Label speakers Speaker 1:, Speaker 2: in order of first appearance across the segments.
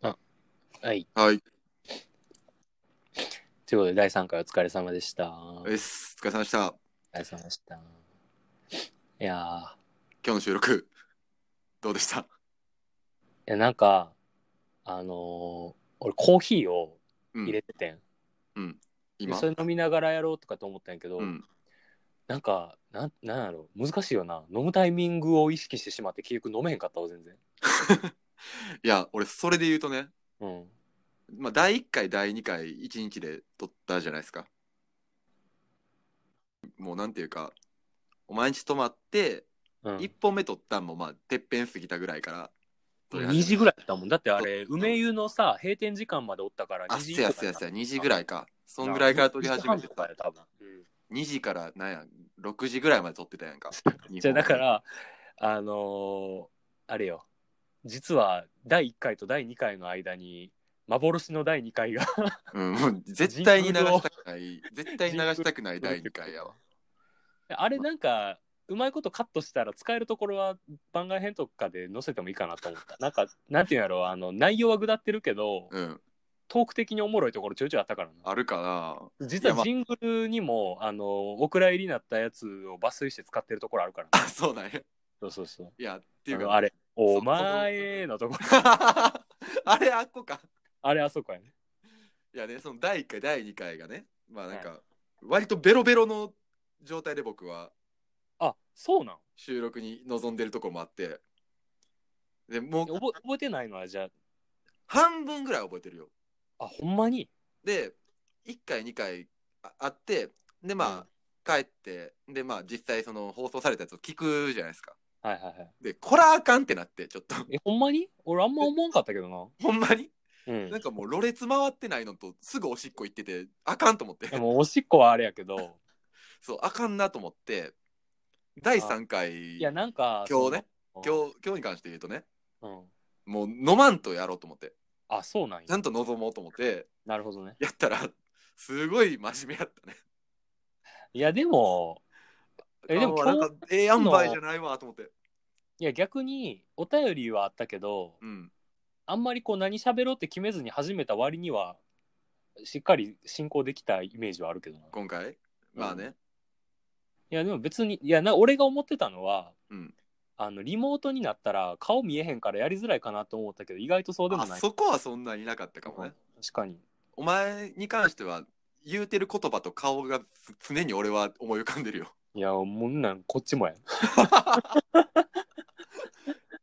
Speaker 1: はい。
Speaker 2: はい。
Speaker 1: ということで、第3回お疲れ様でした。
Speaker 2: うっす。お疲れ様でした。
Speaker 1: お疲れ様でした。いやー、
Speaker 2: 今日の収録、 どうでした
Speaker 1: いやなんか、あのー俺コーヒーを
Speaker 2: うん
Speaker 1: 入れててん。で
Speaker 2: 今
Speaker 1: それ飲みながらやろうとかと思ったんやけど、
Speaker 2: うん。
Speaker 1: なんか、なん、なんやろう、難しいよな。飲むタイミングを意識してしまって、結局飲めへんかったわ、全然。
Speaker 2: いや、俺、それで言うとね、
Speaker 1: うん。
Speaker 2: まあ、第1回、第2回、1日で撮ったじゃないですか。もう、なんていうか、お前んち泊まって、
Speaker 1: うん、
Speaker 2: 1本目撮ったんも、まあ、てっぺん過ぎたぐらいから撮り始めた。
Speaker 1: 2時ぐらいだったもん。だってあれ、梅湯のさ、閉店時間までおったから
Speaker 2: あ、
Speaker 1: 2
Speaker 2: せ
Speaker 1: 時
Speaker 2: やせやせや、2時ぐら
Speaker 1: い。
Speaker 2: いか。そんぐらいから撮り始めて
Speaker 1: た
Speaker 2: た。
Speaker 1: よ、多分。うん
Speaker 2: 2時から、なんや、6時ぐらいまで撮ってたやんか。
Speaker 1: じゃあだか、ら、あのーあれよ。実は、第1回と第2回の間に、幻の第2回が
Speaker 2: うん、もう絶対に流したくない、絶対に流したくない第2回やわ。
Speaker 1: あれなんか、うまいことカットしたら使えるところは番外編とかで載せてもいいかなと思った。なんか、なんていうんやろう、あの、内容は下ってるけど、
Speaker 2: うん、
Speaker 1: トーク的におもろいところちょいちょいあったからな。
Speaker 2: あるか
Speaker 1: 実
Speaker 2: いや
Speaker 1: は
Speaker 2: まあ
Speaker 1: ジングルにも、あの、お蔵入りになったやつを抜粋して使ってるところあるから
Speaker 2: な
Speaker 1: な。
Speaker 2: あ、そうなんや。
Speaker 1: そうそうそう。
Speaker 2: いや、ってい
Speaker 1: あ
Speaker 2: う
Speaker 1: の
Speaker 2: か、
Speaker 1: あれ、お前のところ、
Speaker 2: あれ、あっこか。
Speaker 1: あれあそこやね。
Speaker 2: いやね、その第1回、第2回がね、まあなんか、割とベロベロの状態で僕は
Speaker 1: あ、そうなん
Speaker 2: 収録に臨んでるとこもあって、でもう
Speaker 1: 覚え覚えてないのはじゃ
Speaker 2: 半分ぐらい覚えてるよ。
Speaker 1: ああほんまに
Speaker 2: で、1回、2回ああって、で、まあ、帰って、で、まあ、実際、その放送されたやつを聞くじゃないですか。
Speaker 1: はいはいはい
Speaker 2: で、こらあかんってなって、ちょ っと、
Speaker 1: えほんまに俺あんま思わんかったけどな
Speaker 2: ほんまに、
Speaker 1: うん
Speaker 2: なんかもう、ろれつ回ってないのと、すぐおしっこ行ってて、あかんと思って
Speaker 1: で、もおしっこはあれやけど
Speaker 2: そう、あかんなと思って、第3回、
Speaker 1: いやなんか
Speaker 2: 今日ね、
Speaker 1: その
Speaker 2: 今日、今日に関して言うとね、
Speaker 1: うん、うん
Speaker 2: もう飲まんとやろうと思って、
Speaker 1: あそうなん
Speaker 2: ちゃ
Speaker 1: や
Speaker 2: んと望もうと思って、
Speaker 1: なるほどね
Speaker 2: やったら、すごい真面目やったね。
Speaker 1: いやでもえでも
Speaker 2: あなん
Speaker 1: 今日
Speaker 2: か、ええやんばいじゃないわと思って。
Speaker 1: いや逆にお便りはあったけど
Speaker 2: うん。
Speaker 1: あんまりこう何喋ろうって決めずに始めた割にはしっかり進行できたイメージはあるけどない
Speaker 2: 今回、まあね、
Speaker 1: やでも別にいやな俺が思ってたのは
Speaker 2: うん。
Speaker 1: あのリモートになったら顔見えへんからやりづらいかなと思ったけど意外とそうでも
Speaker 2: あ
Speaker 1: ない
Speaker 2: そこはそんなになかったかもね。
Speaker 1: 確かに
Speaker 2: お前に関しては、言うてる言葉と顔が常に俺は思い浮かんでるよ。
Speaker 1: いや、もんなん、こっちも や。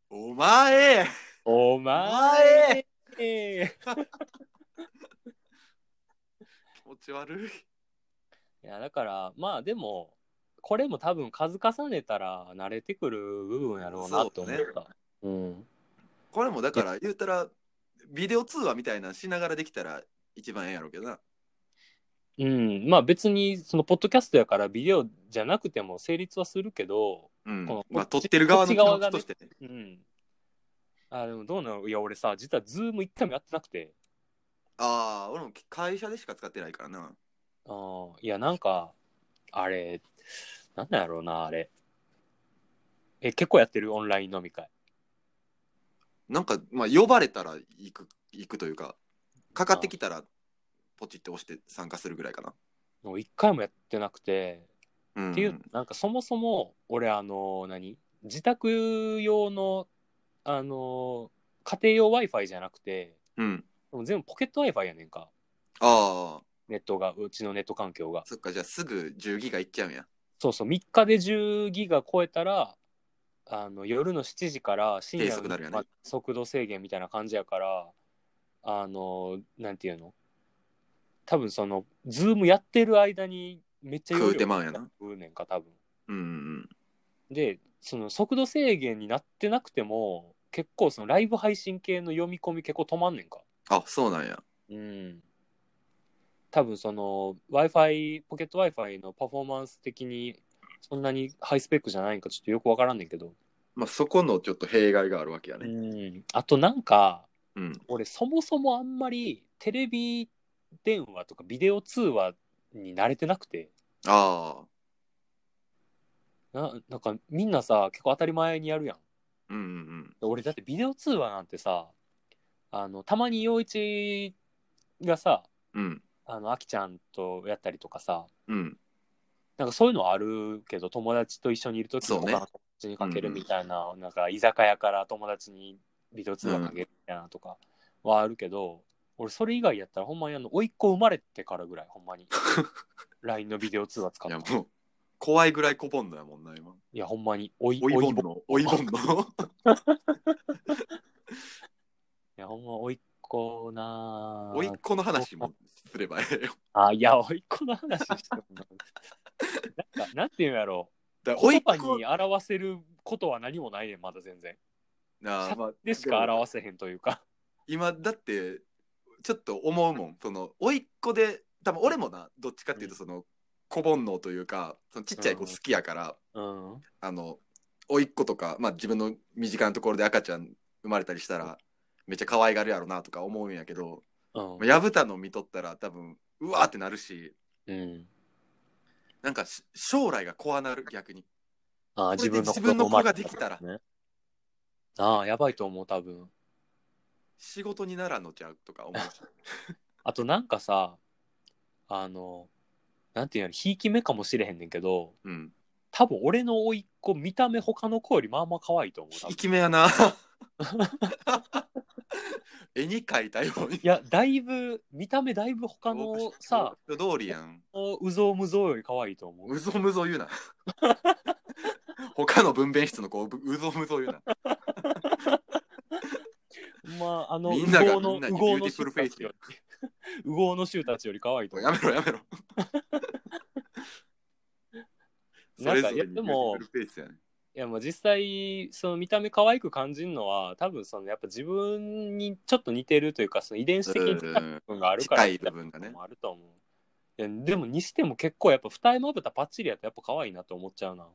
Speaker 2: お前
Speaker 1: お前い
Speaker 2: 気持ち悪い。
Speaker 1: や、だから、まあでも、これも多分数重ねたら慣れてくる部分やろうなと思った。う
Speaker 2: これもだから言うたらビデオ通話みたいなのしながらできたら一番ええやろうけどな。
Speaker 1: ん。うん。まあ別に、その、ポッドキャストやからビデオじゃなくても成立はするけど、
Speaker 2: うん
Speaker 1: この。
Speaker 2: まあ
Speaker 1: こ
Speaker 2: 撮
Speaker 1: っ
Speaker 2: っ
Speaker 1: ち
Speaker 2: てる側の気
Speaker 1: こっち側
Speaker 2: 持
Speaker 1: が
Speaker 2: ち
Speaker 1: ね
Speaker 2: としてね。
Speaker 1: うん。あ、でもどうなのいや、俺さ、実はズーム一回もやってなくて。
Speaker 2: ああ、俺も会社でしか使ってないからな。
Speaker 1: あーいや、なんか、あれ、なんだろうな、あれ。え、結構やってるオンライン飲み会。
Speaker 2: なんかまあ呼ばれたら行く行くというかかかってきたらポチって押して参加するぐらいかな。
Speaker 1: もう一回もやってなくて、
Speaker 2: うん、
Speaker 1: っていうなんかそもそも俺あの何自宅用のあの家庭用 w i f i じゃなくて
Speaker 2: うん。
Speaker 1: もう全部ポケット w i f i やねんか
Speaker 2: ああ、
Speaker 1: ネットがうちのネット環境が
Speaker 2: そっかじゃあすぐ10ギガいっちゃうんや。
Speaker 1: そうそう3日で10ギガ超えたらあの夜の7時から深夜
Speaker 2: 低速なる
Speaker 1: の、
Speaker 2: よね
Speaker 1: まあ速度制限みたいな感じやからあのなんていうの多分そのズームやってる間にめっちゃ
Speaker 2: 食うて
Speaker 1: 量
Speaker 2: まうんやな
Speaker 1: 食うねんか多分
Speaker 2: うんうん
Speaker 1: でその速度制限になってなくても結構そのライブ配信系の読み込み結構止まんねんか
Speaker 2: あそうなんや。
Speaker 1: うん多分その w i f i ポケット w i f i のパフォーマンス的にそんなにハイスペックじゃないんかちょっとよくわからんねんけど
Speaker 2: まあそこのちょっと弊害があるわけや
Speaker 1: う
Speaker 2: ね。
Speaker 1: んあとなんか
Speaker 2: うん。
Speaker 1: 俺そもそもあんまりテレビ電話とかビデオ通話に慣れてなくて
Speaker 2: ああ、
Speaker 1: ななんかみんなさ結構当たり前にやるやん
Speaker 2: うんうんうん。
Speaker 1: 俺だってビデオ通話なんてさあのたまに陽一がさ
Speaker 2: うん。
Speaker 1: あのあきちゃんとやったりとかさ
Speaker 2: うん。
Speaker 1: なんかそういうのはあるけど友達と一緒にいる時
Speaker 2: そ
Speaker 1: に
Speaker 2: うね
Speaker 1: 他の友達にかけるみたいな,、なんか居酒屋から友達にビデオ通話かけるみたいなとかはあるけど、俺それ以外やったらほんまにあの甥っ子生まれてからぐらいほんま に LINE のビデオ通話使
Speaker 2: い
Speaker 1: っ
Speaker 2: や、
Speaker 1: た
Speaker 2: も、
Speaker 1: いう
Speaker 2: 怖いぐらいこぼんのやもんな、今。
Speaker 1: やほんまに甥
Speaker 2: おいぼ
Speaker 1: 甥
Speaker 2: ん
Speaker 1: ぼい
Speaker 2: の、おいぼんの。
Speaker 1: やほんま甥っ子なぁ
Speaker 2: おいっ子の話もすればええよ。
Speaker 1: あいや甥っ子の話してもななんかなんていうんやろう
Speaker 2: だからお
Speaker 1: 言
Speaker 2: いっ
Speaker 1: 葉
Speaker 2: 子
Speaker 1: に表せることは何もないねんまだ全然。
Speaker 2: なあまあ
Speaker 1: でしか表せへんというか。
Speaker 2: 今だってちょっと思うもんその甥っ子で多分俺もなどっちかっていうとその子煩悩というかそのちっちゃい子好きやから、
Speaker 1: うん。
Speaker 2: あの甥っ子とか、まあ、自分の身近なところで赤ちゃん生まれたりしたらめっちゃ可愛がるやろなとか思うんやけど
Speaker 1: うん
Speaker 2: まあ。薮田の見とったら多分うわーってなるし
Speaker 1: うん。
Speaker 2: なんかし将来が怖なる逆に
Speaker 1: ああ、
Speaker 2: これ
Speaker 1: 自
Speaker 2: で
Speaker 1: 分の
Speaker 2: 自分の子が
Speaker 1: 生まれ
Speaker 2: でき
Speaker 1: ね。ああ、やばいと思う、多分。
Speaker 2: 仕事にならんのちゃうとか思う し
Speaker 1: あとなんかさ、あの、なんていうの、ひいき目かもしれへんねんけど、
Speaker 2: うん
Speaker 1: 多分俺の甥っ子、見た目他の子よりまあまあ可愛いと思う。多
Speaker 2: ひ
Speaker 1: 分
Speaker 2: いき目やな絵に描いたように
Speaker 1: いや、だいぶ、見た目だいぶ他のさ、、
Speaker 2: 通りやん。
Speaker 1: うぞうむぞうより可愛いと思う。
Speaker 2: うぞむぞ言うな。他の分娩室の子、うぞむぞ言うな。
Speaker 1: まあ、あの、
Speaker 2: みんなが
Speaker 1: うご
Speaker 2: み
Speaker 1: うん
Speaker 2: なに
Speaker 1: ごう
Speaker 2: ビュ
Speaker 1: の
Speaker 2: ーティフ
Speaker 1: 衆
Speaker 2: ル
Speaker 1: たちより、 うごうの衆たちより可愛いと思う
Speaker 2: や。めろやめろ。
Speaker 1: なんか
Speaker 2: それぞれに
Speaker 1: いやでも
Speaker 2: ビューティフルフェイスやね
Speaker 1: いやまあ実際その見た目可愛く感じるのは多分そのやっぱ自分にちょっと似てるというかその遺伝子的に近い部分があるから
Speaker 2: うん近い部分がね
Speaker 1: もあると思う、いやでもにしても結構やっぱ二重まぶたパッチリやとやっぱ可愛いなと思っちゃうな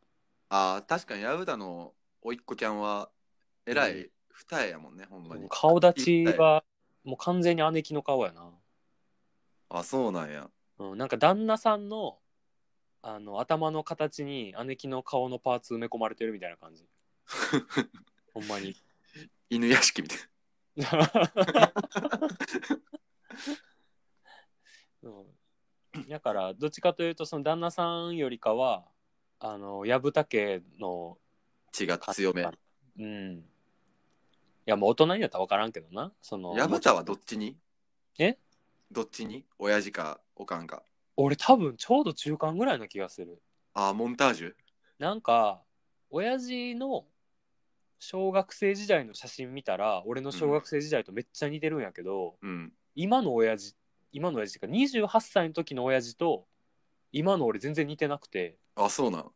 Speaker 2: ああ、確かにヤブダのおいっ子ちゃんは、えら
Speaker 1: う
Speaker 2: い二重やもんね、ほんまに。
Speaker 1: 顔立ちがもう完全に姉貴の顔やな、
Speaker 2: あ、そうなんや。
Speaker 1: うん、なんか旦那さんのあの頭の形に姉貴の顔のパーツ埋め込まれてるみたいな 感じほんまに
Speaker 2: 犬屋敷みたいな。
Speaker 1: うん、だからどっちかというとその旦那さんよりかはあの薮田家の
Speaker 2: 血が強め。
Speaker 1: うんいやもう大人になったら分からんけどなその
Speaker 2: ヤブダはどっちに
Speaker 1: え
Speaker 2: どっちに親父かおかんか。
Speaker 1: 俺多分ちょうど中間ぐらいな気がする
Speaker 2: ああ、モンタージュ
Speaker 1: なんか親父の小学生時代の写真見たら俺の小学生時代とめっちゃ似てるんやけど、
Speaker 2: うん。
Speaker 1: 今の親父今の親父っていうか28歳の時の親父と今の俺全然似てなくて
Speaker 2: あ、そうなん。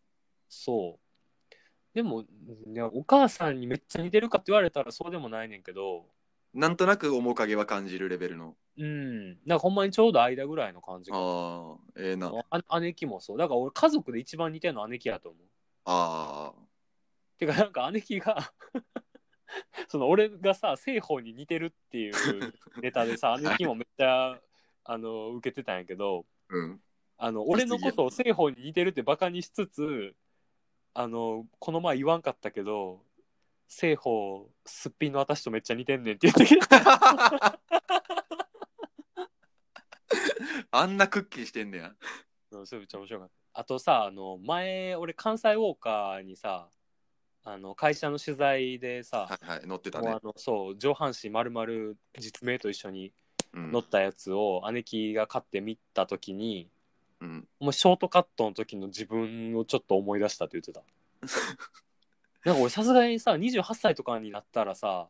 Speaker 1: そうでもいやお母さんにめっちゃ似てるかって言われたらそうでもないねんけど
Speaker 2: なんとなく面影は感じるレベルの。
Speaker 1: うんなんかほんまにちょうど間ぐらいの感じ
Speaker 2: ああ、ええな。
Speaker 1: あ姉貴もそうだから俺家族で一番似てるの姉貴やと思う
Speaker 2: あ
Speaker 1: てかなんか姉貴が その俺がさ正方に似てるっていうネタでさ姉貴もめっちゃあの受けてたんやけど
Speaker 2: あ、うん。
Speaker 1: あの俺のことを正方に似てるってバカにしつつあのこの前言わんかったけど正方すっぴんの私とめっちゃ似てんねんって言ってきた
Speaker 2: あんなクッキーしてんねや。
Speaker 1: うんそれめっちゃ面白かったあとさあの前俺関西ウォーカーにさあの会社の取材でさ、
Speaker 2: はいはい、乗ってた
Speaker 1: もう
Speaker 2: ね
Speaker 1: あ。のそう上半身丸々実名と一緒に
Speaker 2: うん
Speaker 1: 乗ったやつを姉貴が買って見た時に
Speaker 2: うん、
Speaker 1: もうショートカットの時の自分をちょっと思い出したって言って たなんか俺さすがにさ28歳とかになったらさ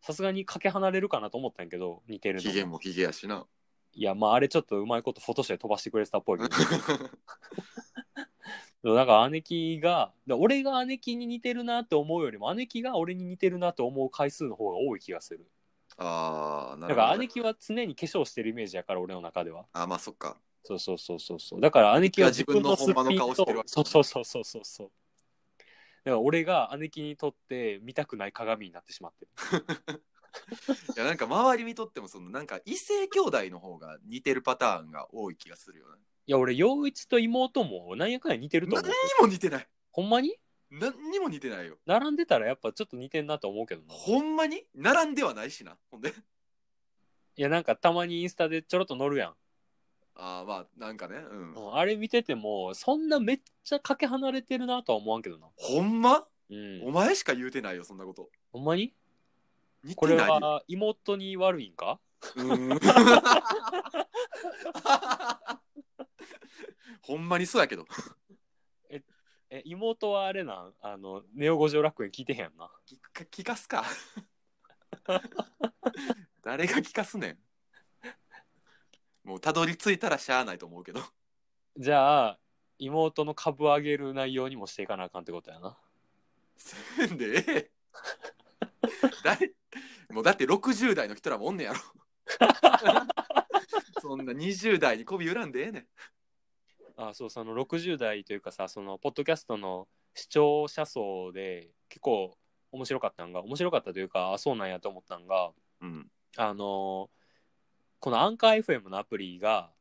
Speaker 1: さすがにかけ離れるかなと思ったんやけど似てるの
Speaker 2: ヒゲもヒゲやしな。
Speaker 1: いやまああれちょっとうまいことフォトショーで飛ばしてくれてたっ ぽいけどでもなんか姉貴がだから俺が姉貴に似てるなって思うよりも姉貴が俺に似てるなと思う回数の方が多い気がする
Speaker 2: ああ、な
Speaker 1: だ
Speaker 2: る
Speaker 1: から
Speaker 2: ほど
Speaker 1: 姉
Speaker 2: ね。
Speaker 1: 貴は常に化粧してるイメージやから俺の中では
Speaker 2: あ、まあそっか。
Speaker 1: そうそうそうそうそう。だから姉貴は自分のすっ
Speaker 2: 自分
Speaker 1: ぴん
Speaker 2: の本場の顔してる
Speaker 1: と
Speaker 2: わけ
Speaker 1: そうそうそうそうそうそう。だから俺が姉貴にとって見たくない鏡になってしまってる。
Speaker 2: いや、なんか周り見とっても、そのなんか異性兄弟の方が似てるパターンが多い気がするよね。
Speaker 1: いや俺陽一と妹もなんやかんや似てると
Speaker 2: 何
Speaker 1: 思う
Speaker 2: に。も似てない。
Speaker 1: ほんまに
Speaker 2: 何にも似てないよ。
Speaker 1: 並んでたらやっぱちょっと似てんなと思うけどな。
Speaker 2: ほんまに並んではないしな。ほんで。
Speaker 1: いやなんかたまにインスタでちょろっと乗るやん、
Speaker 2: あーまあなんかねうん、
Speaker 1: うんあれ見ててもそんなめっちゃかけ離れてるなとは思わんけどな
Speaker 2: ほんま
Speaker 1: うん
Speaker 2: お前しか言うてないよそんなこと
Speaker 1: ほんまに
Speaker 2: 似て
Speaker 1: こ
Speaker 2: ない
Speaker 1: れ
Speaker 2: よ
Speaker 1: は妹に悪いんか
Speaker 2: うんほんまにそうやけど
Speaker 1: え妹はあれなんあのネオ五条楽園聞いてへんやんな
Speaker 2: 聞くか聞かすか誰が聞かすねんもうたどり着いたらしゃあないと思うけど
Speaker 1: じゃあ妹の株上げる内容にもしていかなあかんってことやな
Speaker 2: せんでええ誰もうだって60代の人らもおん ねやろそんな20代に媚び恨んでええねん
Speaker 1: あそうその60代というかさそのポッドキャストの視聴者層で結構面白かったんが面白かったというかあそうなんやと思ったんが
Speaker 2: うん
Speaker 1: あのこのアンカー FM のアプリが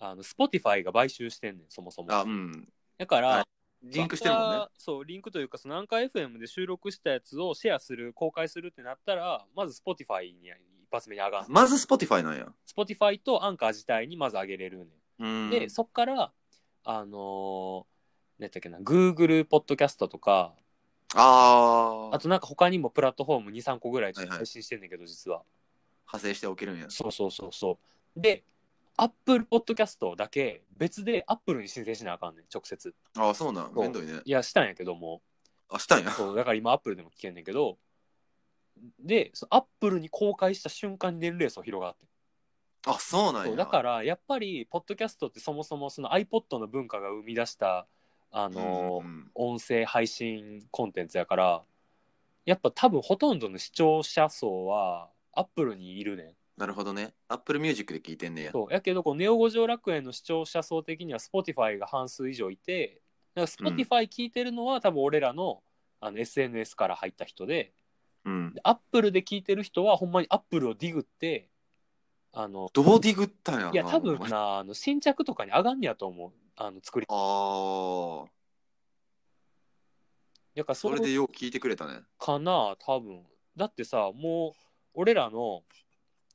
Speaker 1: あの Spotify が買収してんねんそもそも
Speaker 2: あうん
Speaker 1: だから、
Speaker 2: はいリンクしてるもん
Speaker 1: 僕
Speaker 2: ね
Speaker 1: はそうリンクというかそのアンカー FM で収録したやつをシェアする公開するってなったらまず Spotify に一発目に上がん
Speaker 2: まず Spotify なんや
Speaker 1: Spotify とアンカー自体にまず上げれるねん
Speaker 2: うん
Speaker 1: で、そっから、あのー、何やったっけな、Google ポッドキャストとか、
Speaker 2: ああ
Speaker 1: あとなんか他にもプラットフォーム2、3個ぐらいちょっと
Speaker 2: はいは
Speaker 1: 配
Speaker 2: い
Speaker 1: 信してんだけど、実は。
Speaker 2: 派生しておけるんや
Speaker 1: そうそうそうそう。で、Apple ポッドキャストだけ別で Apple に申請しなあかんねん、直接。
Speaker 2: ああそうなん
Speaker 1: そう
Speaker 2: めんどいね
Speaker 1: いや、したんやけども、
Speaker 2: あしたんや
Speaker 1: そうだから今 Apple でも聞けんねんけど、で、その Apple に公開した瞬間に年齢層広がって。
Speaker 2: あそうなん
Speaker 1: そう
Speaker 2: や
Speaker 1: だからやっぱりポッドキャストってそもそもその iPod の文化が生み出したあのー
Speaker 2: うんうん
Speaker 1: 音声配信コンテンツやからやっぱ多分ほとんどの視聴者層はアップルにいるね
Speaker 2: なるほどねアップルミュージックで聞いてんねや
Speaker 1: んそうやけどこうネオ五条楽園の視聴者層的には Spotify が半数以上いてだから Spotify 聞いてるのは多分俺らの,、あの SNS から入った人で
Speaker 2: うん
Speaker 1: で Apple で聞いてる人はほんまに Apple をディグってあの
Speaker 2: どうディグったんやろない
Speaker 1: や多分
Speaker 2: お前
Speaker 1: なあの新着とかに上がんねやと思うあの作り
Speaker 2: あー
Speaker 1: だからそ
Speaker 2: それ
Speaker 1: れ
Speaker 2: でよう聞いてくれたね
Speaker 1: かな多分だってさもう俺らの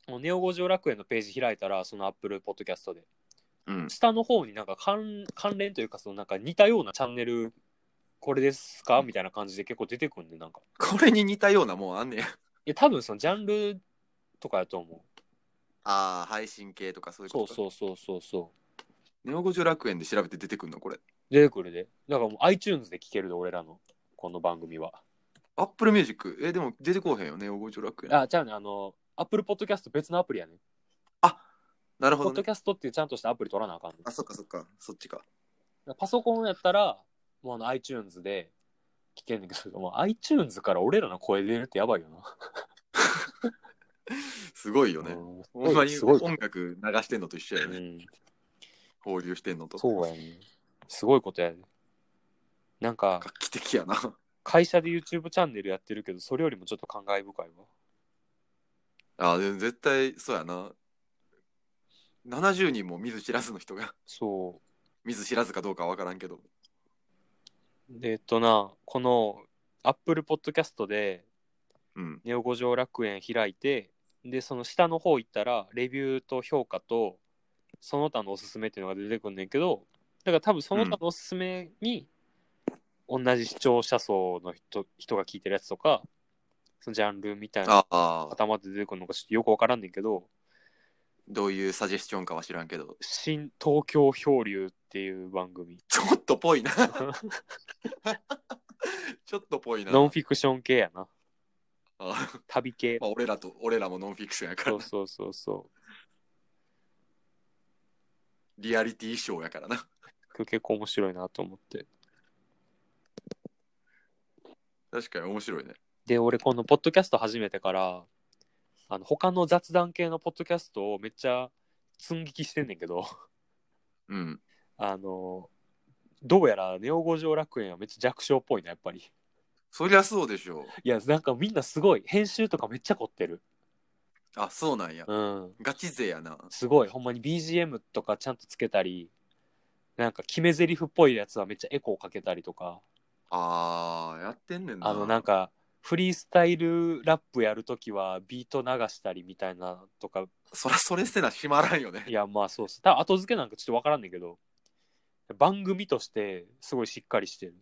Speaker 1: もうネオ五条楽園のページ開いたらそのアップルポッドキャストで
Speaker 2: うん
Speaker 1: 下の方になんか関関連というかそのなんか似たようなチャンネルこれですかみたいな感じで結構出てくるんでなんか
Speaker 2: これに似たようなもんあんねや
Speaker 1: いや多分そのジャンルとかやと思
Speaker 2: ああ配信系とかそ
Speaker 1: う
Speaker 2: ういう
Speaker 1: そ
Speaker 2: こ
Speaker 1: う
Speaker 2: と
Speaker 1: そうそうそうそう
Speaker 2: ネオ五条楽園で調べて出てくんのこれ
Speaker 1: 出てくるでだからもう iTunes で聴けるで俺らのこの番組は
Speaker 2: アップルミュージックえでも出てこうへんよネオ五条楽園
Speaker 1: あじゃあねあのアップルポッドキャスト別のアプリやね
Speaker 2: なるほ
Speaker 1: ポ
Speaker 2: ど、
Speaker 1: ッド
Speaker 2: ね、
Speaker 1: キャストっていうちゃんとしたアプリ取らなあかんね
Speaker 2: あそっかそっかそっちか
Speaker 1: パソコンやったら、もうあの iTunes で聞けんねんけど、もう iTunes から俺らの声出るってやばいよな。
Speaker 2: すごいよね、
Speaker 1: うん
Speaker 2: ほんまに
Speaker 1: すごい。
Speaker 2: 音楽流してんのと一緒や
Speaker 1: う
Speaker 2: ね、
Speaker 1: ん、
Speaker 2: 放流してんのと
Speaker 1: そうやね。すごいことやね。なんか、
Speaker 2: 画期的やな
Speaker 1: 会社で YouTube チャンネルやってるけど、それよりもちょっと感慨深いわ。
Speaker 2: あでも絶対そうやな70人も見ず知らずの人が
Speaker 1: そ
Speaker 2: 見ず知らずかどうかは分からんけど
Speaker 1: う。で、えっとな、この Apple Podcast で、
Speaker 2: うん
Speaker 1: ネオ五条楽園開いて、で、その下の方行ったら、レビューと評価と、その他のおすすめっていうのが出てくんねんけど、だから多分その他のおすすめに、同じ視聴者層の人人が聞いてるやつとか、そのジャンルみたいな
Speaker 2: ああ
Speaker 1: 頭で出てくるのかちょっとよくわからんねんけど、
Speaker 2: どういうサジェスチョンかは知らんけど
Speaker 1: 新東京漂流っていう番 組。
Speaker 2: ちょっとぽいなちょっとぽいな
Speaker 1: ノンフィクション系やな。
Speaker 2: あ
Speaker 1: 旅系。
Speaker 2: まあ俺らと俺らもノンフィクションやから
Speaker 1: そうそうそうそ
Speaker 2: リアリティショーやからな
Speaker 1: う。結構面白いなと思って。
Speaker 2: 確かに面白いね
Speaker 1: で俺このポッドキャスト始めてからあの他の雑談系のポッドキャストをめっちゃ寸劇してんねんけど
Speaker 2: うん
Speaker 1: あのどうやらネオ五条楽園はめっちゃ弱小っぽいなやっぱり
Speaker 2: そりゃそうでしょう
Speaker 1: いやなんかみんなすごい編集とかめっちゃ凝ってる
Speaker 2: あそうなんや
Speaker 1: うん
Speaker 2: ガチ勢やな
Speaker 1: すごいほんまに BGM とかちゃんとつけたりなんか決め台詞っぽいやつはめっちゃエコーかけたりとか
Speaker 2: あーやってんねんな
Speaker 1: あのなんかフリースタイルラップやるときはビート流したりみたいなとか
Speaker 2: そらそれせな暇あらんよね
Speaker 1: いやまあそうっす多分後付けなんかちょっとわからんねんけど番組としてすごいしっかりしてる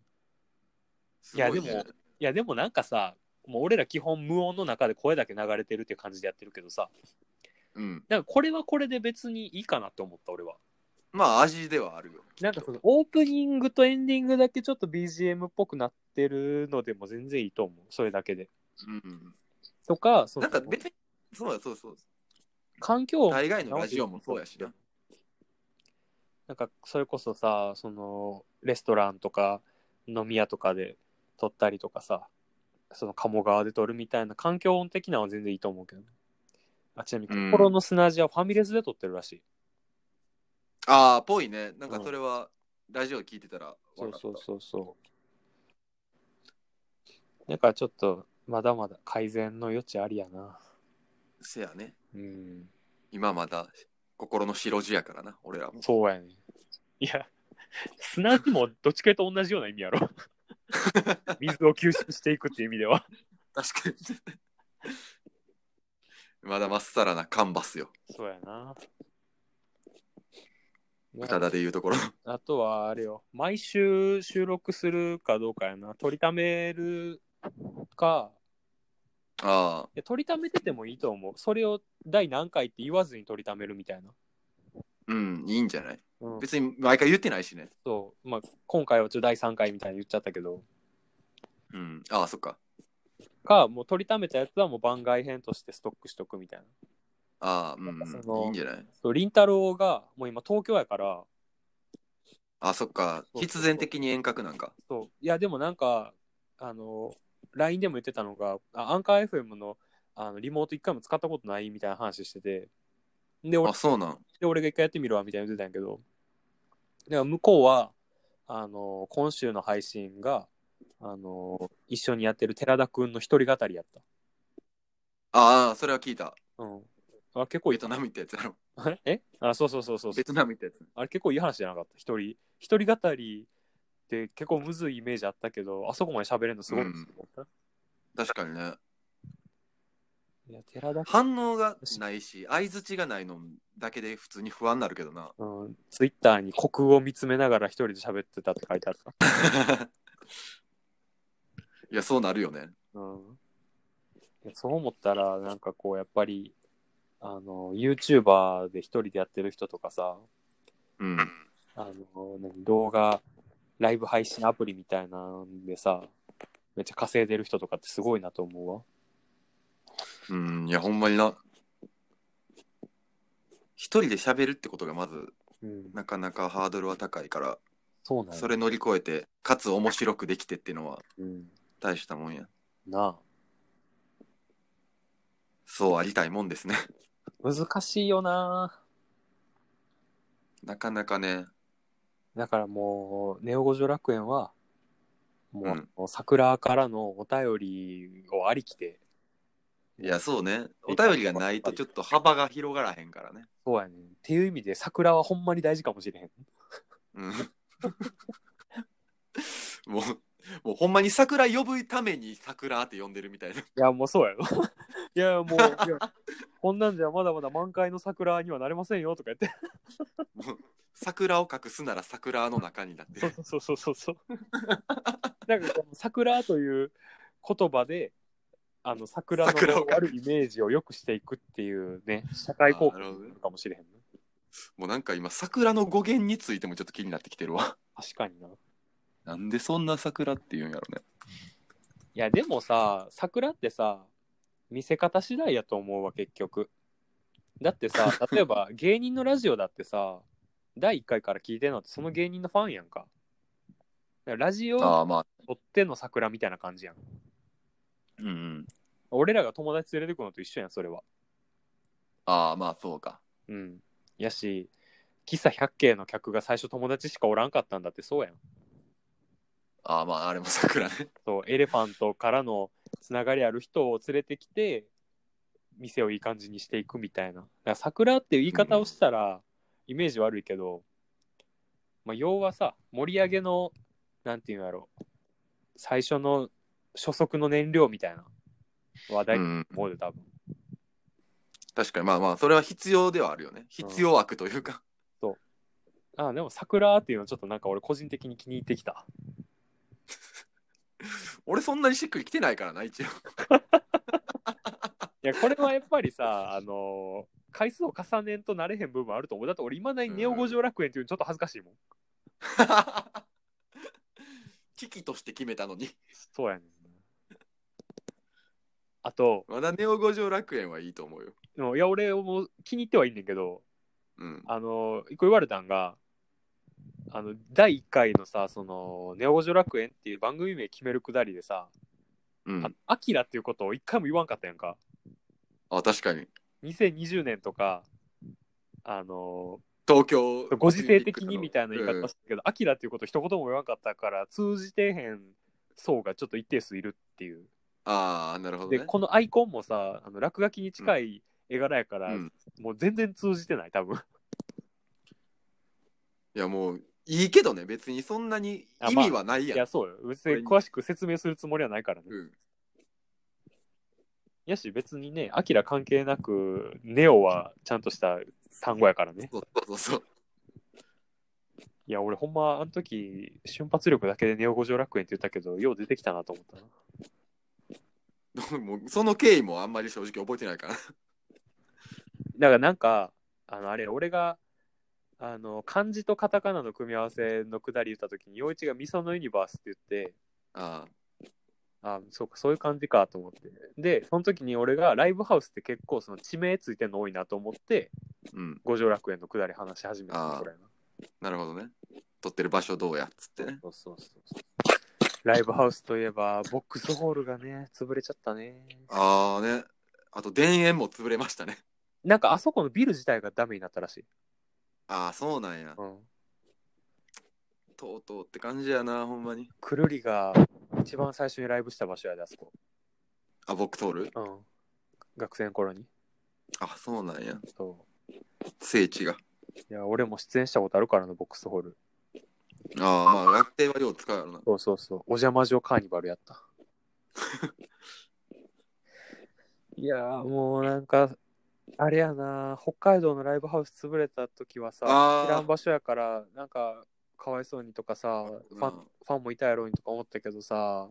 Speaker 2: すごね
Speaker 1: いやでもいやでもなんかさもう俺ら基本無音の中で声だけ流れてるっていう感じでやってるけどさ
Speaker 2: うん
Speaker 1: なんかこれはこれで別にいいかなって思った俺は
Speaker 2: まあ味ではあるよ
Speaker 1: なんかそのオープニングとエンディングだけちょっと BGM っぽくなってるのでも全然いいと思うそれだけで
Speaker 2: うん
Speaker 1: とかその
Speaker 2: なんか別にそうだそうそう
Speaker 1: 環境音
Speaker 2: 大概のラジオもそうやしな
Speaker 1: なんかそれこそさそのレストランとか飲み屋とかで撮ったりとかさその鴨川で撮るみたいな環境音的なのは全然いいと思うけどねあちなみに
Speaker 2: うん
Speaker 1: 心の砂地はファミレスで撮ってるらしい、
Speaker 2: ああぽいねなんかそれはラジオ聞いてたら
Speaker 1: そうそう
Speaker 2: う
Speaker 1: そうそうだからちょっとまだまだ改善の余地ありやな
Speaker 2: せやね
Speaker 1: うん
Speaker 2: 今まだ心の白地やからな俺らも
Speaker 1: そうやねいや砂地もどっちかというと同じような意味や ろ水を吸収していくっていう意味では
Speaker 2: 確かに まだまっさらなカンバスよ
Speaker 1: そうやな。
Speaker 2: 歌田でいうところ
Speaker 1: あとはあれよ、毎週収録するかどうかやな。取りためるか、
Speaker 2: ああ
Speaker 1: いや取りためててもいいと思う。それを第何回って言わずに取りためるみたいな。
Speaker 2: うんいいんじゃない
Speaker 1: うん、
Speaker 2: 別に毎回言ってないしね
Speaker 1: そう、まあ、今回はちょっと第3回みたいに言っちゃったけど、
Speaker 2: うんああそっか
Speaker 1: か、もう取りためたやつはもう番外編としてストックしとくみたいな。
Speaker 2: ああうんうん
Speaker 1: なんかその
Speaker 2: いいんじゃない
Speaker 1: そう、りんたろーが、もう今東京やから、
Speaker 2: あそっか
Speaker 1: そう
Speaker 2: 必然的に遠隔なんか
Speaker 1: そういやでもなんかあの LINE でも言ってたのがあアンカー FM のあのリモート一回も使ったことないみたいな話しててで俺
Speaker 2: あそうなん
Speaker 1: で俺が一回やってみるわみたいな言ってたんやけどだから向こうはあの今週の配信があの一緒にやってる寺田くんの一人語りやっ
Speaker 2: ああそれは聞いた
Speaker 1: た、うん、あ結構い
Speaker 2: ベ
Speaker 1: い
Speaker 2: トナムってやつやろ
Speaker 1: えあそうそうそうそうそう
Speaker 2: ベトナムってやつ
Speaker 1: あれ結構いい話じゃなかった一人一人語りって結構むずいイメージあったけどあそこまで喋れるのすごいなと思った、
Speaker 2: 確かにね
Speaker 1: いや寺田くん
Speaker 2: 反応がないし相づちがないのだけで普通に不安になるけどな
Speaker 1: うん、ツイッターに国を見つめながら一人で喋ってたって書いてあった。
Speaker 2: いやそうなるよね
Speaker 1: うん、いやそう思ったら、なんかこう、やっぱり、あの、YouTuber で一人でやってる人とかさ、
Speaker 2: うん
Speaker 1: あの、何動画、ライブ配信アプリみたいなんでさ、めっちゃ稼いでる人とかってすごいなと思うわ。
Speaker 2: うんいやほんまにな一人で喋るってことがまず
Speaker 1: うん、
Speaker 2: なかなかハードルは高いから
Speaker 1: そうなんや
Speaker 2: それ乗り越えてかつ面白くできてっていうのは
Speaker 1: うん、
Speaker 2: 大したもんや
Speaker 1: なあ
Speaker 2: そうありたいもんですね
Speaker 1: 難しいよな
Speaker 2: なかなかね
Speaker 1: だからもう、ネオ五条楽園は、もう、
Speaker 2: う
Speaker 1: 桜からのお便りをありきで、
Speaker 2: いやそうねお便りがないとちょっと幅が広がらへんからね
Speaker 1: そうやねん。っていう意味で桜はほんまに大事かもしれへん。
Speaker 2: うん もうもうほんまに桜呼ぶために桜って呼んでるみたいない
Speaker 1: や、もうそうやろ。 いや、もう、いやこんなんじゃまだまだ満開の桜にはなれませんよとか言って。
Speaker 2: もう桜を隠すなら桜の中になってる
Speaker 1: そうそうそうそう。なんかこの桜という言葉で、あの桜の
Speaker 2: 桜を
Speaker 1: あるイメージを良くしていくっていうね、社会貢献になるかもしれへんね。
Speaker 2: もうなんか今桜の語源についてもちょっと気になってきてるわ
Speaker 1: 確かにな。い
Speaker 2: なんでそんな桜って言うんやろね
Speaker 1: や、でもさ、桜ってさ、見せ方次第やと思うわ、結局。だって さ、例えば芸人のラジオだってさ、第1回から聞いてるのってその芸人のファンやんか。だからラジオ
Speaker 2: ああまあ
Speaker 1: 追っての桜みたいな感じやん。
Speaker 2: うんうん
Speaker 1: 俺らが友達連れてくのと一緒やん、それは。
Speaker 2: ああまあそうか
Speaker 1: うん。やし、喫茶100景の客が最初友達しかおらんかったんだってそうやん。
Speaker 2: ああまああれも桜ね
Speaker 1: そう、エレファントからのつながりある人を連れてきて、店をいい感じにしていくみたいな。だから桜っていう言い方をしたら、イメージ悪いけど、まあ、要はさ、盛り上げの、なんていうんやろう、最初の初速の燃料みたいな話題
Speaker 2: うん、
Speaker 1: もうで多分、
Speaker 2: 確かにまあまあそれは必要ではあるよね必要悪というか、
Speaker 1: ああでも桜っていうのはちょっとなんか俺個人的に気に入ってきた
Speaker 2: 俺そんなにしっくりきてないからな一応
Speaker 1: いやこれはやっぱり さあのー回数を重ねんとなれへん部分あると思うだって俺いまだにネオ五条楽園っていうのちょっと恥ずかしいもん、
Speaker 2: 危機として決めたのに
Speaker 1: そうやねんあと
Speaker 2: まだネオ五条楽園はいいと思うよ
Speaker 1: でもいや俺も気に入ってはいいねんけど
Speaker 2: うん
Speaker 1: あの一個言われたんがあの第1回のさその「ネオ五条楽園」っていう番組名決めるくだりでさ
Speaker 2: う
Speaker 1: あ
Speaker 2: ん
Speaker 1: 「アキラ」っていうことを一回も言わんかったやんか
Speaker 2: あ確かに
Speaker 1: 2020年とかあの
Speaker 2: 東京
Speaker 1: ご時世的にみたいな言い
Speaker 2: うん
Speaker 1: 方したけど「アキラ」っていうことを一言も言わんかったから通じてへん層がちょっと一定数いるっていう
Speaker 2: ああなるほど
Speaker 1: で
Speaker 2: ね
Speaker 1: このアイコンもさあの落書きに近い絵柄やから、
Speaker 2: うん
Speaker 1: もう全然通じてない多分
Speaker 2: いやもういいけどね別にそんなに意味はない
Speaker 1: い
Speaker 2: やん、
Speaker 1: やそうよ別に詳しく説明するつもりはないからね
Speaker 2: うん
Speaker 1: やし別にね、アキラ関係なく、ネオはちゃんとした単語やからね。
Speaker 2: そうそうそう
Speaker 1: いや、俺ほんま、あの時、瞬発力だけでネオ五条楽園って言ったけど、よう出てきたなと思ったな。
Speaker 2: そう もうその経緯もあんまり正直覚えてないから
Speaker 1: だからなんか、あの、あれ、俺が、あの、漢字とカタカナの組み合わせのくだり言った時に、陽一がミソのユニバースって言って、
Speaker 2: あ
Speaker 1: あそうか、そういう感じかと思って。で、その時に俺がライブハウスって結構その地名ついてるの多いなと思って、
Speaker 2: ーうん
Speaker 1: 五条楽園のくだり話し始めたぐらいな。
Speaker 2: なるほどね撮ってる場所どうやっつってね
Speaker 1: そうそうそうそう。ライブハウスといえば、ボックスホールがね、潰れちゃったね。
Speaker 2: ああねあと田園も潰れましたね
Speaker 1: なんかあそこのビル自体がダメになったらしい。
Speaker 2: ああそうなんや
Speaker 1: うん。
Speaker 2: とうとうって感じやなほんまに
Speaker 1: くるりが一番最初にライブした場所やで、あそこ。
Speaker 2: あ僕通る
Speaker 1: うん。学生の頃に。
Speaker 2: あそうなんや
Speaker 1: そ
Speaker 2: 聖地が
Speaker 1: う。いや、俺も出演したことあるからのボックスホール。
Speaker 2: ああまあ学生はよう使うやろな
Speaker 1: そうそうそう。お邪魔女カーニバルやった。 いやー、もうなんか、あれやな、北海道のライブハウス潰れた時はさ、
Speaker 2: あー
Speaker 1: 知らん場所やから、なんか、かわいそうにとかさ、ファンファンもいたやろうにとか思ったけどさ、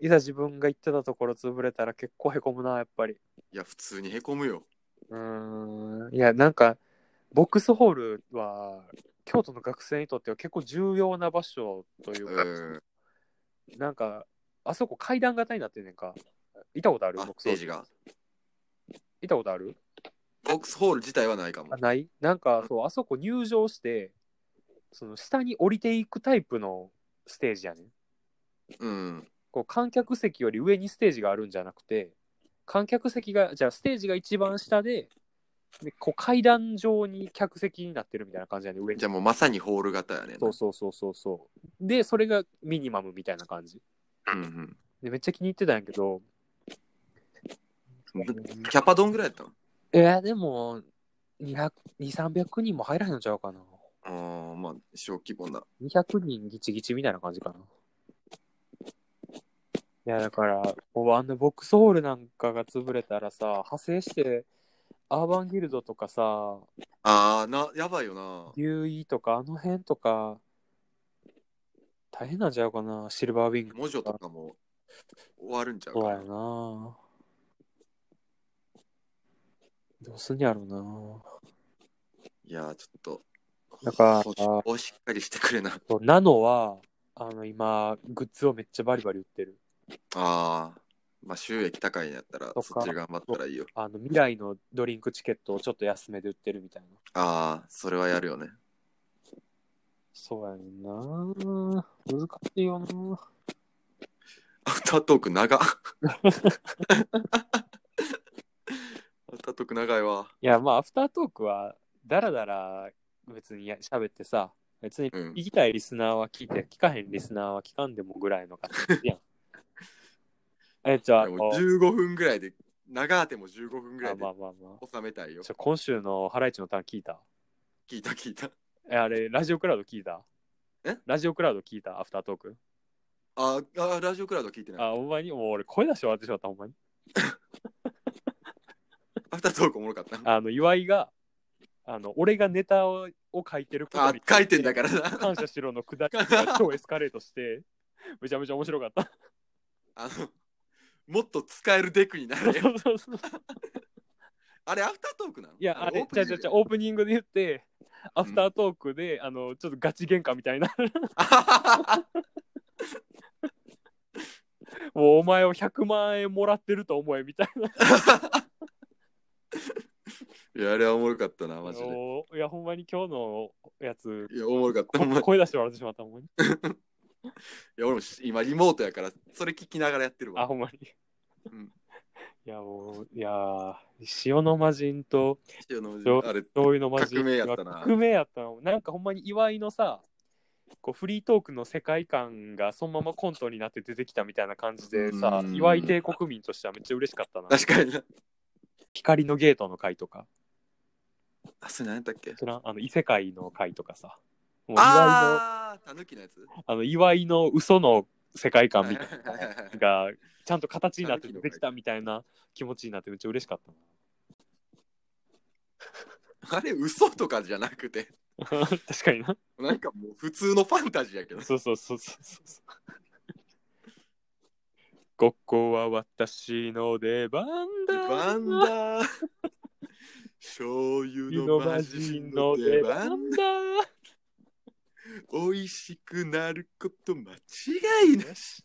Speaker 1: いざ自分が行ってたところ潰れたら結構へこむな、やっぱり。
Speaker 2: いや普通にへこむよ
Speaker 1: うーん。いや、なんか、ボックスホールは、京都の学生にとっては結構重要な場所といううか、
Speaker 2: ん
Speaker 1: なんか、あそこ階段型になってんねんか。行ったことある
Speaker 2: あ
Speaker 1: 僕
Speaker 2: ステージが
Speaker 1: 行ったことある
Speaker 2: ボックスホール自体はないかも
Speaker 1: あないなんか、そう、あそこ入場して、その下に降りていくタイプのステージやねん。
Speaker 2: うん
Speaker 1: こう観客席より上にステージがあるんじゃなくて、観客席が、じゃあステージが一番下で、でこう階段状に客席になってるみたいな感じやねん上に
Speaker 2: じゃあもうまさにホール型やねんな
Speaker 1: そうそうそうそうそう。で、それがミニマムみたいな感じ。
Speaker 2: うん
Speaker 1: で、めっちゃ気に入ってたんやけど、
Speaker 2: うんキャパどんぐらいやったの
Speaker 1: えー、でも、200、200 300人も入らへんのちゃうかな。
Speaker 2: ああまあ小規模な
Speaker 1: 200人ギチギチみたいな感じかな。いや、だから、もうあんなボックスホールなんかが潰れたらさ、派生して、アーバンギルドとかさ、
Speaker 2: ああなやばいよな
Speaker 1: 竜医とか、あの辺とか、大変なんちゃうかな、シルバーウィング。
Speaker 2: 文字とかも終わるんちゃう
Speaker 1: そうや
Speaker 2: か
Speaker 1: などうすんやろうない
Speaker 2: やーちょっと
Speaker 1: だから
Speaker 2: そうをしっかりしてくれな
Speaker 1: そうナノは、あの、今、グッズをめっちゃバリバリ売ってる。
Speaker 2: ああまあ収益高いんやったら
Speaker 1: そっか
Speaker 2: そっちで頑張ったらいいよ
Speaker 1: あの、未来のドリンクチケットをちょっと安めで売ってるみたいな。
Speaker 2: ああそれはやるよね
Speaker 1: そうやねんな難しいよな
Speaker 2: アフタートーク長アフタートーク長いわ
Speaker 1: いや、まあ、アフタートークは、だらだら別にや喋ってさ、別に
Speaker 2: うん
Speaker 1: 聞きたいリスナーは聞いて、聞かへんリスナーは聞かんでもぐらいの感じやん。え、じゃあ、
Speaker 2: でも15分ぐらいで長あても15分ぐら
Speaker 1: あ
Speaker 2: いで
Speaker 1: まあまあま
Speaker 2: 収めたいよ
Speaker 1: あ。ちょ今週のハライチのターン聞いた
Speaker 2: 聞いた聞いた
Speaker 1: え、あれ、ラジオクラウド聞いた
Speaker 2: え
Speaker 1: ラジオクラウド聞いたアフタートーク
Speaker 2: ああラジオクラウド聞いてない
Speaker 1: あ、ほんまにもう俺声出して笑ってしまった、ほんまに。
Speaker 2: アフタートークおもろかった
Speaker 1: あの、岩井が、あの、俺がネタをを書いてること
Speaker 2: あ
Speaker 1: に
Speaker 2: 書いてんだからな
Speaker 1: 感謝しろのくだりが 超エスカレートして、めちゃめちゃ面白かった。
Speaker 2: あのもっと使えるデクになれよあれアフタートークなの
Speaker 1: いや、あれ、
Speaker 2: オー
Speaker 1: ち
Speaker 2: プニ
Speaker 1: ゃ
Speaker 2: ング
Speaker 1: ちゃちゃ、オープニングで言って、アフタートークで、あの、ちょっとガチ喧嘩みたいな、
Speaker 2: あははは
Speaker 1: もうお前を100万円もらってると思えみたいな。
Speaker 2: いやあれはおもろかったなマジで
Speaker 1: もういや、ほんまに今日のやつ、
Speaker 2: いやおもろかったほんまい
Speaker 1: 声出して笑ってしまったもん。
Speaker 2: や俺も今リモートやからそれ聞きながらやってる
Speaker 1: あ、
Speaker 2: わ
Speaker 1: ほんまに。
Speaker 2: うん
Speaker 1: いや、もう、いやー、塩の魔人と
Speaker 2: 塩の
Speaker 1: そう
Speaker 2: あれ
Speaker 1: 醤油の魔人
Speaker 2: 革命やったな
Speaker 1: 革命やったな。なんかほんまに岩井のさ、こうフリートークの世界観がそのままコントになって出てきたみたいな感じでさ
Speaker 2: う、ん
Speaker 1: 岩井帝国民としてはめっちゃ嬉しかったな。
Speaker 2: 確かにな
Speaker 1: 光のゲートの回とか、
Speaker 2: あそれ何やったっけ
Speaker 1: 知らんあの異世界の回とかさ、もう岩
Speaker 2: ああたぬきのやつ
Speaker 1: 井の、あの岩井の嘘の世界観
Speaker 2: はい
Speaker 1: み
Speaker 2: は
Speaker 1: た
Speaker 2: い
Speaker 1: い
Speaker 2: はいはい
Speaker 1: なのが、ちゃんと形になって出てきたみたいな気持ちになってめっちゃ嬉しかったな。
Speaker 2: あれ嘘とかじゃなくて
Speaker 1: 確かにな。
Speaker 2: なんかもう普通のファンタジーやけど
Speaker 1: そうそうそうそうそうそう。ここは私の出番だ。
Speaker 2: バンダー醤油
Speaker 1: 湯
Speaker 2: の
Speaker 1: の
Speaker 2: 魔
Speaker 1: 魔
Speaker 2: 人
Speaker 1: 人
Speaker 2: の
Speaker 1: の
Speaker 2: 出
Speaker 1: 出
Speaker 2: 番
Speaker 1: 番だ。
Speaker 2: 美味しくなること間違いなし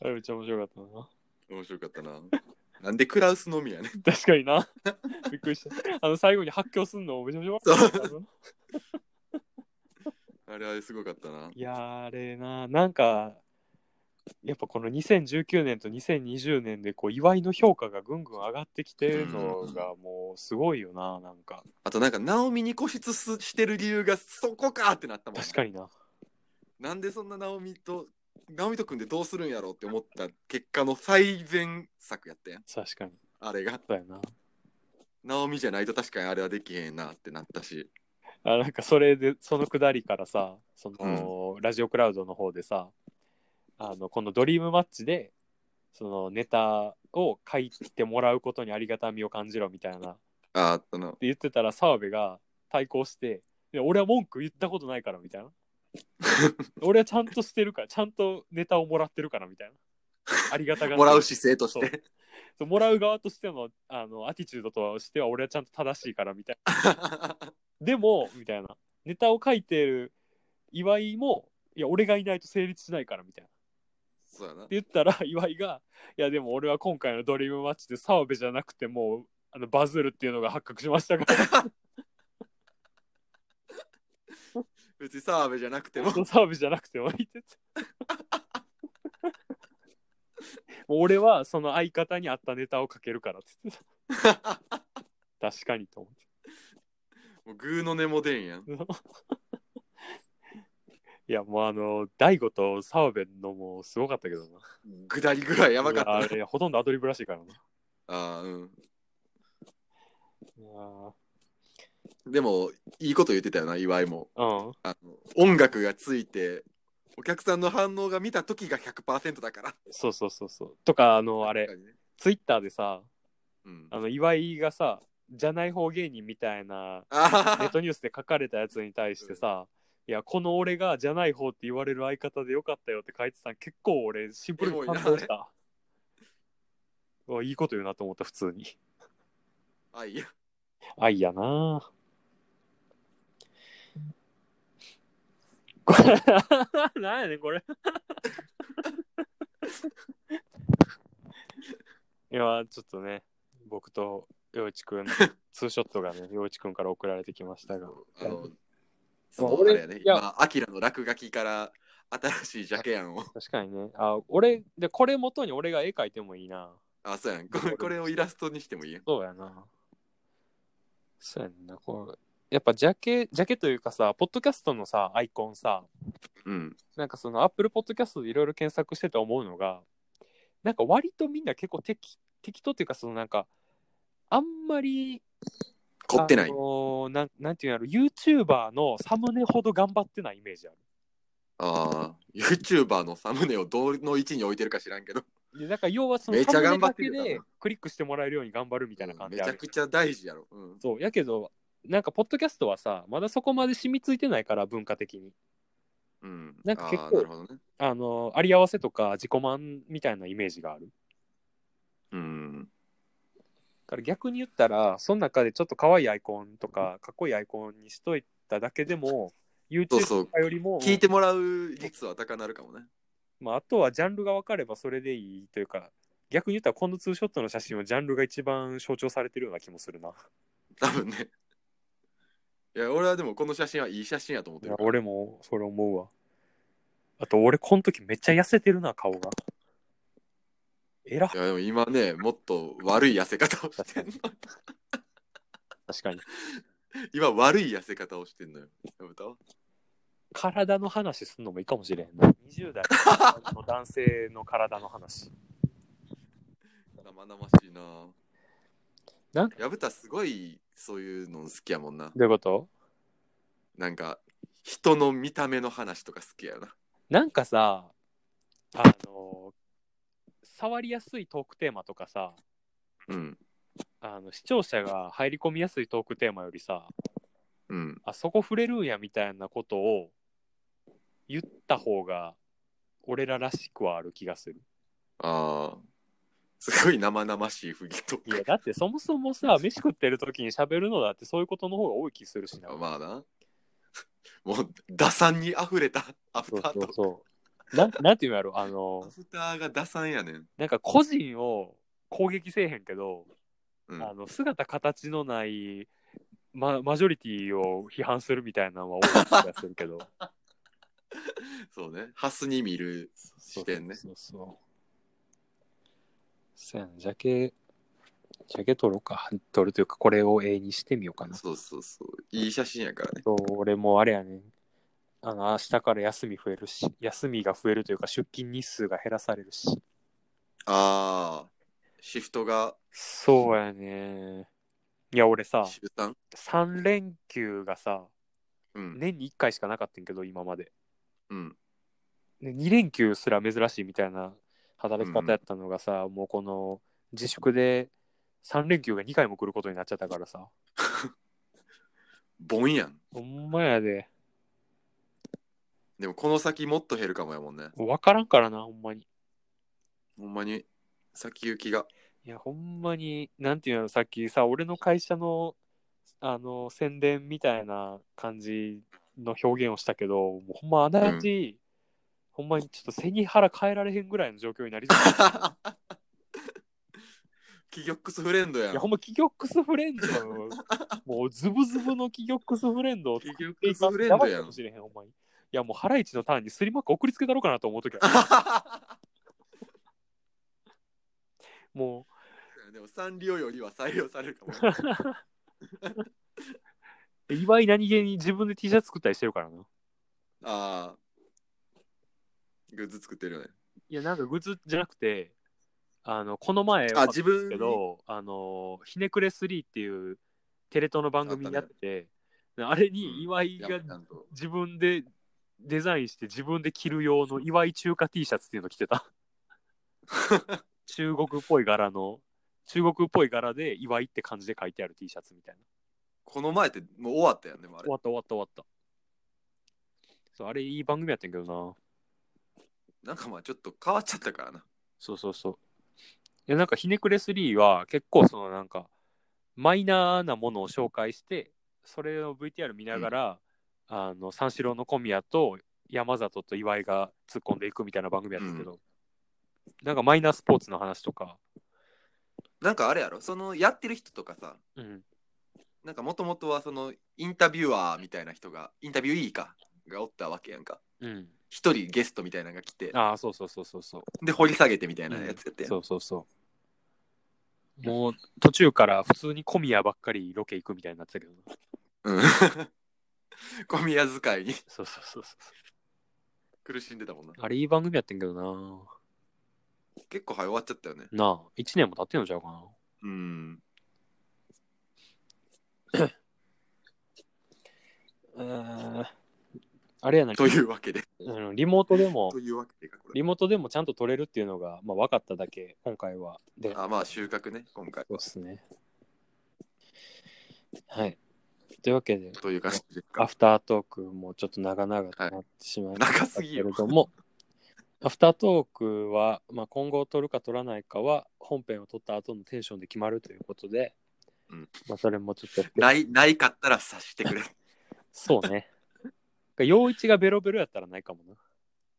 Speaker 1: あれめっちゃ面白かった
Speaker 2: 面白かったななんでクラウスのみやねん
Speaker 1: な。確かにな。びっくりした。あの最後に発狂すんのめちゃめちゃ面白かったな。
Speaker 2: あれあれすごかったない
Speaker 1: やーあれな、なんか、やっぱこの2019年と2020年でこう祝いの評価がぐんぐん上がってきてるのがもうすごいよな、なんか。
Speaker 2: あとなんかナオミに固執すしてる理由がそこかってなったもん
Speaker 1: 確かにな。
Speaker 2: なんでそんなナオミとナオミと組んでどうするんやろうって思った結果の最善策やったやん
Speaker 1: 確かに。
Speaker 2: あれが
Speaker 1: そうやな。
Speaker 2: ナオミじゃないと確かにあれはできへんなってなったし
Speaker 1: あなんかそれでそのくだりからさその、ラジオクラウドの方でさあのこのドリームマッチでそのネタを書いてもらうことにありがたみを感じろみたいなって
Speaker 2: ああっ たな
Speaker 1: 言ってたら澤部が対抗して「いや俺は文句言ったことないから」みたいな「俺はちゃんとしてるからちゃんとネタをもらってるから」みたい なありがたがって
Speaker 2: もらう姿勢として
Speaker 1: そうもらう側としてのあのアティチュードとしては俺はちゃんと正しいからみたいな。でも、みたいな。ネタを書いてる岩井も、いや、俺がいないと成立しないから、みたいな。っ
Speaker 2: そうやな
Speaker 1: て言ったら、 岩井が、いや、でも俺は今回のドリームマッチで澤部じゃなくて、もう、あのバズるっていうのが発覚しましたから、
Speaker 2: 別に澤部じゃなくても
Speaker 1: 澤部じゃなくてもいいって言って。もう俺はその相方に合ったネタを書けるからって言って た。確かにと思って。
Speaker 2: もうグーの根も出んやん
Speaker 1: いや、もうあの、大悟と澤部のもすごかったけどな。
Speaker 2: 下りぐらいやばかった
Speaker 1: あ
Speaker 2: な
Speaker 1: れ、ほとんどアドリブらしいからな。
Speaker 2: あー
Speaker 1: いやー
Speaker 2: うんでもいいこと言ってたよな岩井も
Speaker 1: うん。
Speaker 2: あの音楽がついてお客さんの反応が見た時が100%だから
Speaker 1: そうそうそうそう。とか、あの、あ
Speaker 2: 確
Speaker 1: れ、
Speaker 2: かにね
Speaker 1: ツイッターでさ、
Speaker 2: うん、
Speaker 1: あの、岩井がさ、じゃない方芸人みたいな、
Speaker 2: あ
Speaker 1: ネッ
Speaker 2: ー
Speaker 1: トニュースで書かれたやつに対してさ、いや、この俺がじゃない方って言われる相方でよかったよって書いてたん結構俺、シンプルに感動した。うわいいこと言うなと思った、普通に。
Speaker 2: あいや
Speaker 1: 愛やなぁこれ なんやねんこれいやちょっとね僕と陽一くんのツーショットがね陽一くんから送られてきましたが
Speaker 2: あのそ
Speaker 1: まあ
Speaker 2: の
Speaker 1: 俺
Speaker 2: あれやね
Speaker 1: いや
Speaker 2: 今アキラの落書きから新しいジャケ案を
Speaker 1: 確かにねあ俺でこれ元に俺が絵描いてもいいな
Speaker 2: あそうやんこれこれをイラストにしてもいいやん
Speaker 1: そうやなそうやんなこれやっぱジャケジャケというかさポッドキャストのさアイコンさ、
Speaker 2: うん
Speaker 1: なんかその Apple Podcast でいろいろ検索してて思うのが、なんか割とみんな結構適適当っていうか、そのなんか、あんまり、
Speaker 2: 凝ってな
Speaker 1: あ
Speaker 2: い
Speaker 1: のーなんなんていうんやろ、YouTuber のサムネほど頑張ってないイメージある。
Speaker 2: ああ、YouTuber のサムネをどの位置に置いてるか知らんけど、
Speaker 1: でだから要はその
Speaker 2: めちゃ
Speaker 1: サムネ
Speaker 2: 頑張っ
Speaker 1: だ
Speaker 2: て
Speaker 1: け
Speaker 2: るよな
Speaker 1: でクリックしてもらえるように頑張るみたいな感じ
Speaker 2: め
Speaker 1: あ
Speaker 2: ちゃ
Speaker 1: る
Speaker 2: くちゃ大事やろ。うん。
Speaker 1: そうやけどなんかポッドキャストはさまだそこまで染みついてないから文化的に
Speaker 2: うん、
Speaker 1: なんか結構
Speaker 2: あーなるほどね。
Speaker 1: あのあり合わせとか自己満みたいなイメージがある
Speaker 2: うん。
Speaker 1: だから逆に言ったらその中でちょっと可愛いアイコンとかかっこいいアイコンにしといただけでも YouTube
Speaker 2: そうそう
Speaker 1: とかよりも
Speaker 2: 聞いてもらう率は高なるかもね。
Speaker 1: まあ、あとはジャンルが分かればそれでいいというか逆に言ったらこのツーショットの写真はジャンルが一番象徴されてるような気もするな
Speaker 2: 多分ね。いや、俺はでもこの写真はいい写真やと思ってるから。
Speaker 1: 俺もそれ思うわあと俺この時めっちゃ痩せてるな顔がえら
Speaker 2: いや、でも今ね、もっと悪い痩せ方をしてんの。
Speaker 1: 確かに
Speaker 2: 今悪い痩せ方をしてんのよ。やめたわ
Speaker 1: 体の話すんのもいいかもしれんな20代の男性の体の話
Speaker 2: 生々しいな。
Speaker 1: なん
Speaker 2: やぶたすごいそういうの好きやもんな。
Speaker 1: どういうこと
Speaker 2: なんか人の見た目の話とか好きやな。
Speaker 1: なんかさあの触りやすいトークテーマとかさ
Speaker 2: うん。
Speaker 1: あの視聴者が入り込みやすいトークテーマよりさ
Speaker 2: うん。
Speaker 1: あそこ触れるんやみたいなことを言った方が俺ららしくはある気がする。
Speaker 2: ああ。すごい生々しい不義と
Speaker 1: いやだってそもそもさ飯食ってる時に喋るのだってそういうことの方が多い気するしな。
Speaker 2: まあな。 もう打算に溢れたアフ
Speaker 1: そう
Speaker 2: ター
Speaker 1: そう
Speaker 2: と。
Speaker 1: そう。なんなんていうんやろあ
Speaker 2: ア
Speaker 1: の
Speaker 2: フターが打算やねん。
Speaker 1: なんか個人を攻撃せえへんけど、
Speaker 2: うん、
Speaker 1: あの姿形のない、ま、マジョリティを批判するみたいなのは多い気がするけ ど。
Speaker 2: そうね。ハスに見る。視点ね
Speaker 1: そうそうそう。そうやな、ジャケ、ジャケ撮ろうか。撮るというか、これを絵にしてみようかな。
Speaker 2: そうそうそう。いい写真やからね。
Speaker 1: そう、俺もあれやねん。あの、明日から休み増えるし、休みが増えるというか、出勤日数が減らされるし。
Speaker 2: ああ。シフトが
Speaker 1: そうやね。いや、俺さ、
Speaker 2: 週 3?
Speaker 1: 3連休がさ、
Speaker 2: うん。
Speaker 1: 年に1回しかなかったんけど、今まで。
Speaker 2: うん。
Speaker 1: ね、2連休すら珍しいみたいな働き方やったのがさ、もうこの自粛で3連休が2回も来ることになっちゃったからさ
Speaker 2: ボンやん。
Speaker 1: ほんまやで
Speaker 2: でもこの先もっと減るかもやもんね。
Speaker 1: 分からんからなほんまに
Speaker 2: ほんまに先行きが。
Speaker 1: いやほんまになんていうのさっきさ俺の会社のあの宣伝みたいな感じの表現をしたけどもうほんまあながち、ほんまにちょっと背に腹変えられへんぐらいの状況になりそう
Speaker 2: キギョックスフレンドや
Speaker 1: い
Speaker 2: ん。
Speaker 1: やほんまキギョックスフレンドのもうズブズブのキギョックスフレンドを
Speaker 2: キ
Speaker 1: 作
Speaker 2: ギョッ
Speaker 1: って
Speaker 2: ク
Speaker 1: い
Speaker 2: ス
Speaker 1: か
Speaker 2: フレン
Speaker 1: や
Speaker 2: ド
Speaker 1: ばい
Speaker 2: や
Speaker 1: か
Speaker 2: ん
Speaker 1: も。しれへん、お前。いや、もうハライチのターンにスリマック送りつけたろうかなと思うときも
Speaker 2: でもサンリオよりは採用される かも。
Speaker 1: う、岩井何気に自分で T シャツ作ったりしてるからな。
Speaker 2: ああ。グッズ作ってるよね。
Speaker 1: いや、なんかグッズじゃなくて、あの、この前、
Speaker 2: あ、自分
Speaker 1: け
Speaker 2: に。
Speaker 1: ど、あの、ひねくれ3っていうテレ東の番組やってて、あ,、れに岩井
Speaker 2: いや
Speaker 1: が
Speaker 2: ちゃんと
Speaker 1: 自分でデザインして自分で着る用の岩井中華 T シャツっていうの着て た。中国っぽい柄の、中国っぽい柄で岩井って感じで書いてある T シャツみたいな。
Speaker 2: この前ってもう終わったやんね、もうあれ
Speaker 1: 終わ。った終わった終わった。そう、あれいい番組やったんやけどな。
Speaker 2: なんかまあちょっと変わっちゃったからな。
Speaker 1: そうそうそう。いや、なんかひねくれ3は結構そのなんか、マイナーなものを紹介して、それを VTR 見ながら、あの、三四郎の小宮と山里と岩井が突っ込んでいくみたいな番組やったんやけど、なんかマイナースポーツの話とか、
Speaker 2: なんかあれやろ、そのやってる人とかさ、
Speaker 1: うん、
Speaker 2: なんかもともとはそのインタビュアーみたいな人が、インタビューいいか、がおったわけやんか。
Speaker 1: うん。
Speaker 2: 一人ゲストみたいなのが来て、
Speaker 1: ああ、そうそうそうそうそう。
Speaker 2: で掘り下げてみたいなやつやって。
Speaker 1: そうそうそう。もう途中から普通に小宮ばっかりロケ行くみたいになってたけどな。
Speaker 2: うん 小宮遣いに
Speaker 1: そうそうそうそう。
Speaker 2: 苦しんでたもんな。
Speaker 1: あれいい番組やってんけどな。
Speaker 2: 結構早終わっちゃったよね。
Speaker 1: なあ、1年も経ってんのちゃうかな。
Speaker 2: うん。
Speaker 1: えーあれやな、
Speaker 2: という わけで。
Speaker 1: うんリモートでも
Speaker 2: と、いうわけでか、こ
Speaker 1: リ
Speaker 2: れ。
Speaker 1: モートでもちゃんと取れるっていうのが、まあ、分かっただけ、今回は。で、
Speaker 2: あまあ、収穫ね、今回。
Speaker 1: そうですね。はい。というわけで、
Speaker 2: という感じです
Speaker 1: ア
Speaker 2: か。
Speaker 1: フタートークもちょっと長々となってしまいま
Speaker 2: 長
Speaker 1: した
Speaker 2: す
Speaker 1: け
Speaker 2: ぎ
Speaker 1: れ
Speaker 2: よ。
Speaker 1: ども、アフタートークは、まあ、今後取るか取らないかは本編を取った後のテンションで決まるということで、
Speaker 2: うん
Speaker 1: まあ、それもちょっとやって
Speaker 2: ない、ないかったら察してくれ。
Speaker 1: そうね。陽一がベロベロやったらないかもな。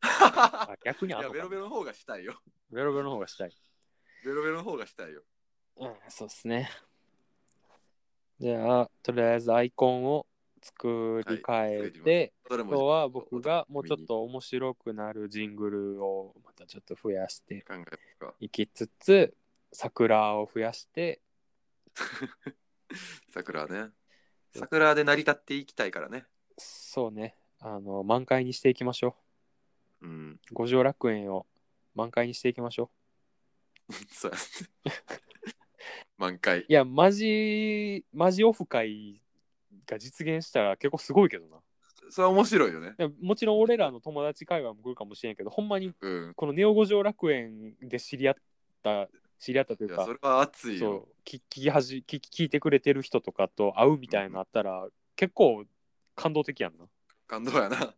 Speaker 1: あ逆
Speaker 2: い
Speaker 1: にあん
Speaker 2: や、
Speaker 1: のか
Speaker 2: ベ
Speaker 1: な
Speaker 2: ロベロの方がしたいよ。
Speaker 1: ベロベロの方がしたい。
Speaker 2: ベロベロの方がしたいよ。
Speaker 1: うん、そうですね。じゃあ、とりあえずアイコンを作り変えて、
Speaker 2: はそれ
Speaker 1: 今日
Speaker 2: も
Speaker 1: は僕がもうちょっと面白くなるジングルをまたちょっと増やして
Speaker 2: 考えますか。
Speaker 1: いきつつ桜を増やして
Speaker 2: 桜ね。桜で成り立っていきたいからね。
Speaker 1: そうねあの満開にしていきましょ
Speaker 2: うん。
Speaker 1: う五条楽園を満開にしていきましょ
Speaker 2: そう やね満開
Speaker 1: う。いやマジマジオフ会が実現したら結構すごいけどな
Speaker 2: それは面白いよね。
Speaker 1: いやもちろん俺らの友達会話も来るかもしれんけどほんまに
Speaker 2: うん。
Speaker 1: このネオ五条楽園で知り合った知り合ったとい
Speaker 2: いうや、
Speaker 1: か
Speaker 2: それは熱いよ。
Speaker 1: そう聞きはじ聞き聞いてくれてる人とかと会うみたいなのあったら、結構感動的やんな。
Speaker 2: 感動やな。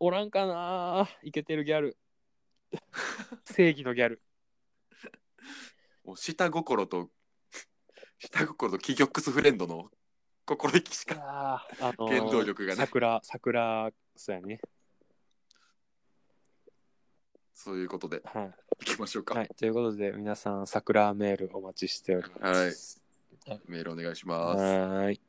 Speaker 1: おらんかなイケてるギャ ル。正義のギャル。
Speaker 2: もう下心と、 下心とキギョックスフレンドの心意気しか。
Speaker 1: あの
Speaker 2: 原動力がね
Speaker 1: 桜、桜、そうやね。
Speaker 2: そういうことで、
Speaker 1: はい
Speaker 2: きましょう
Speaker 1: い。
Speaker 2: か。
Speaker 1: はい、ということで、皆さん、桜メールお待ちしております。
Speaker 2: メールお願いします。
Speaker 1: はい。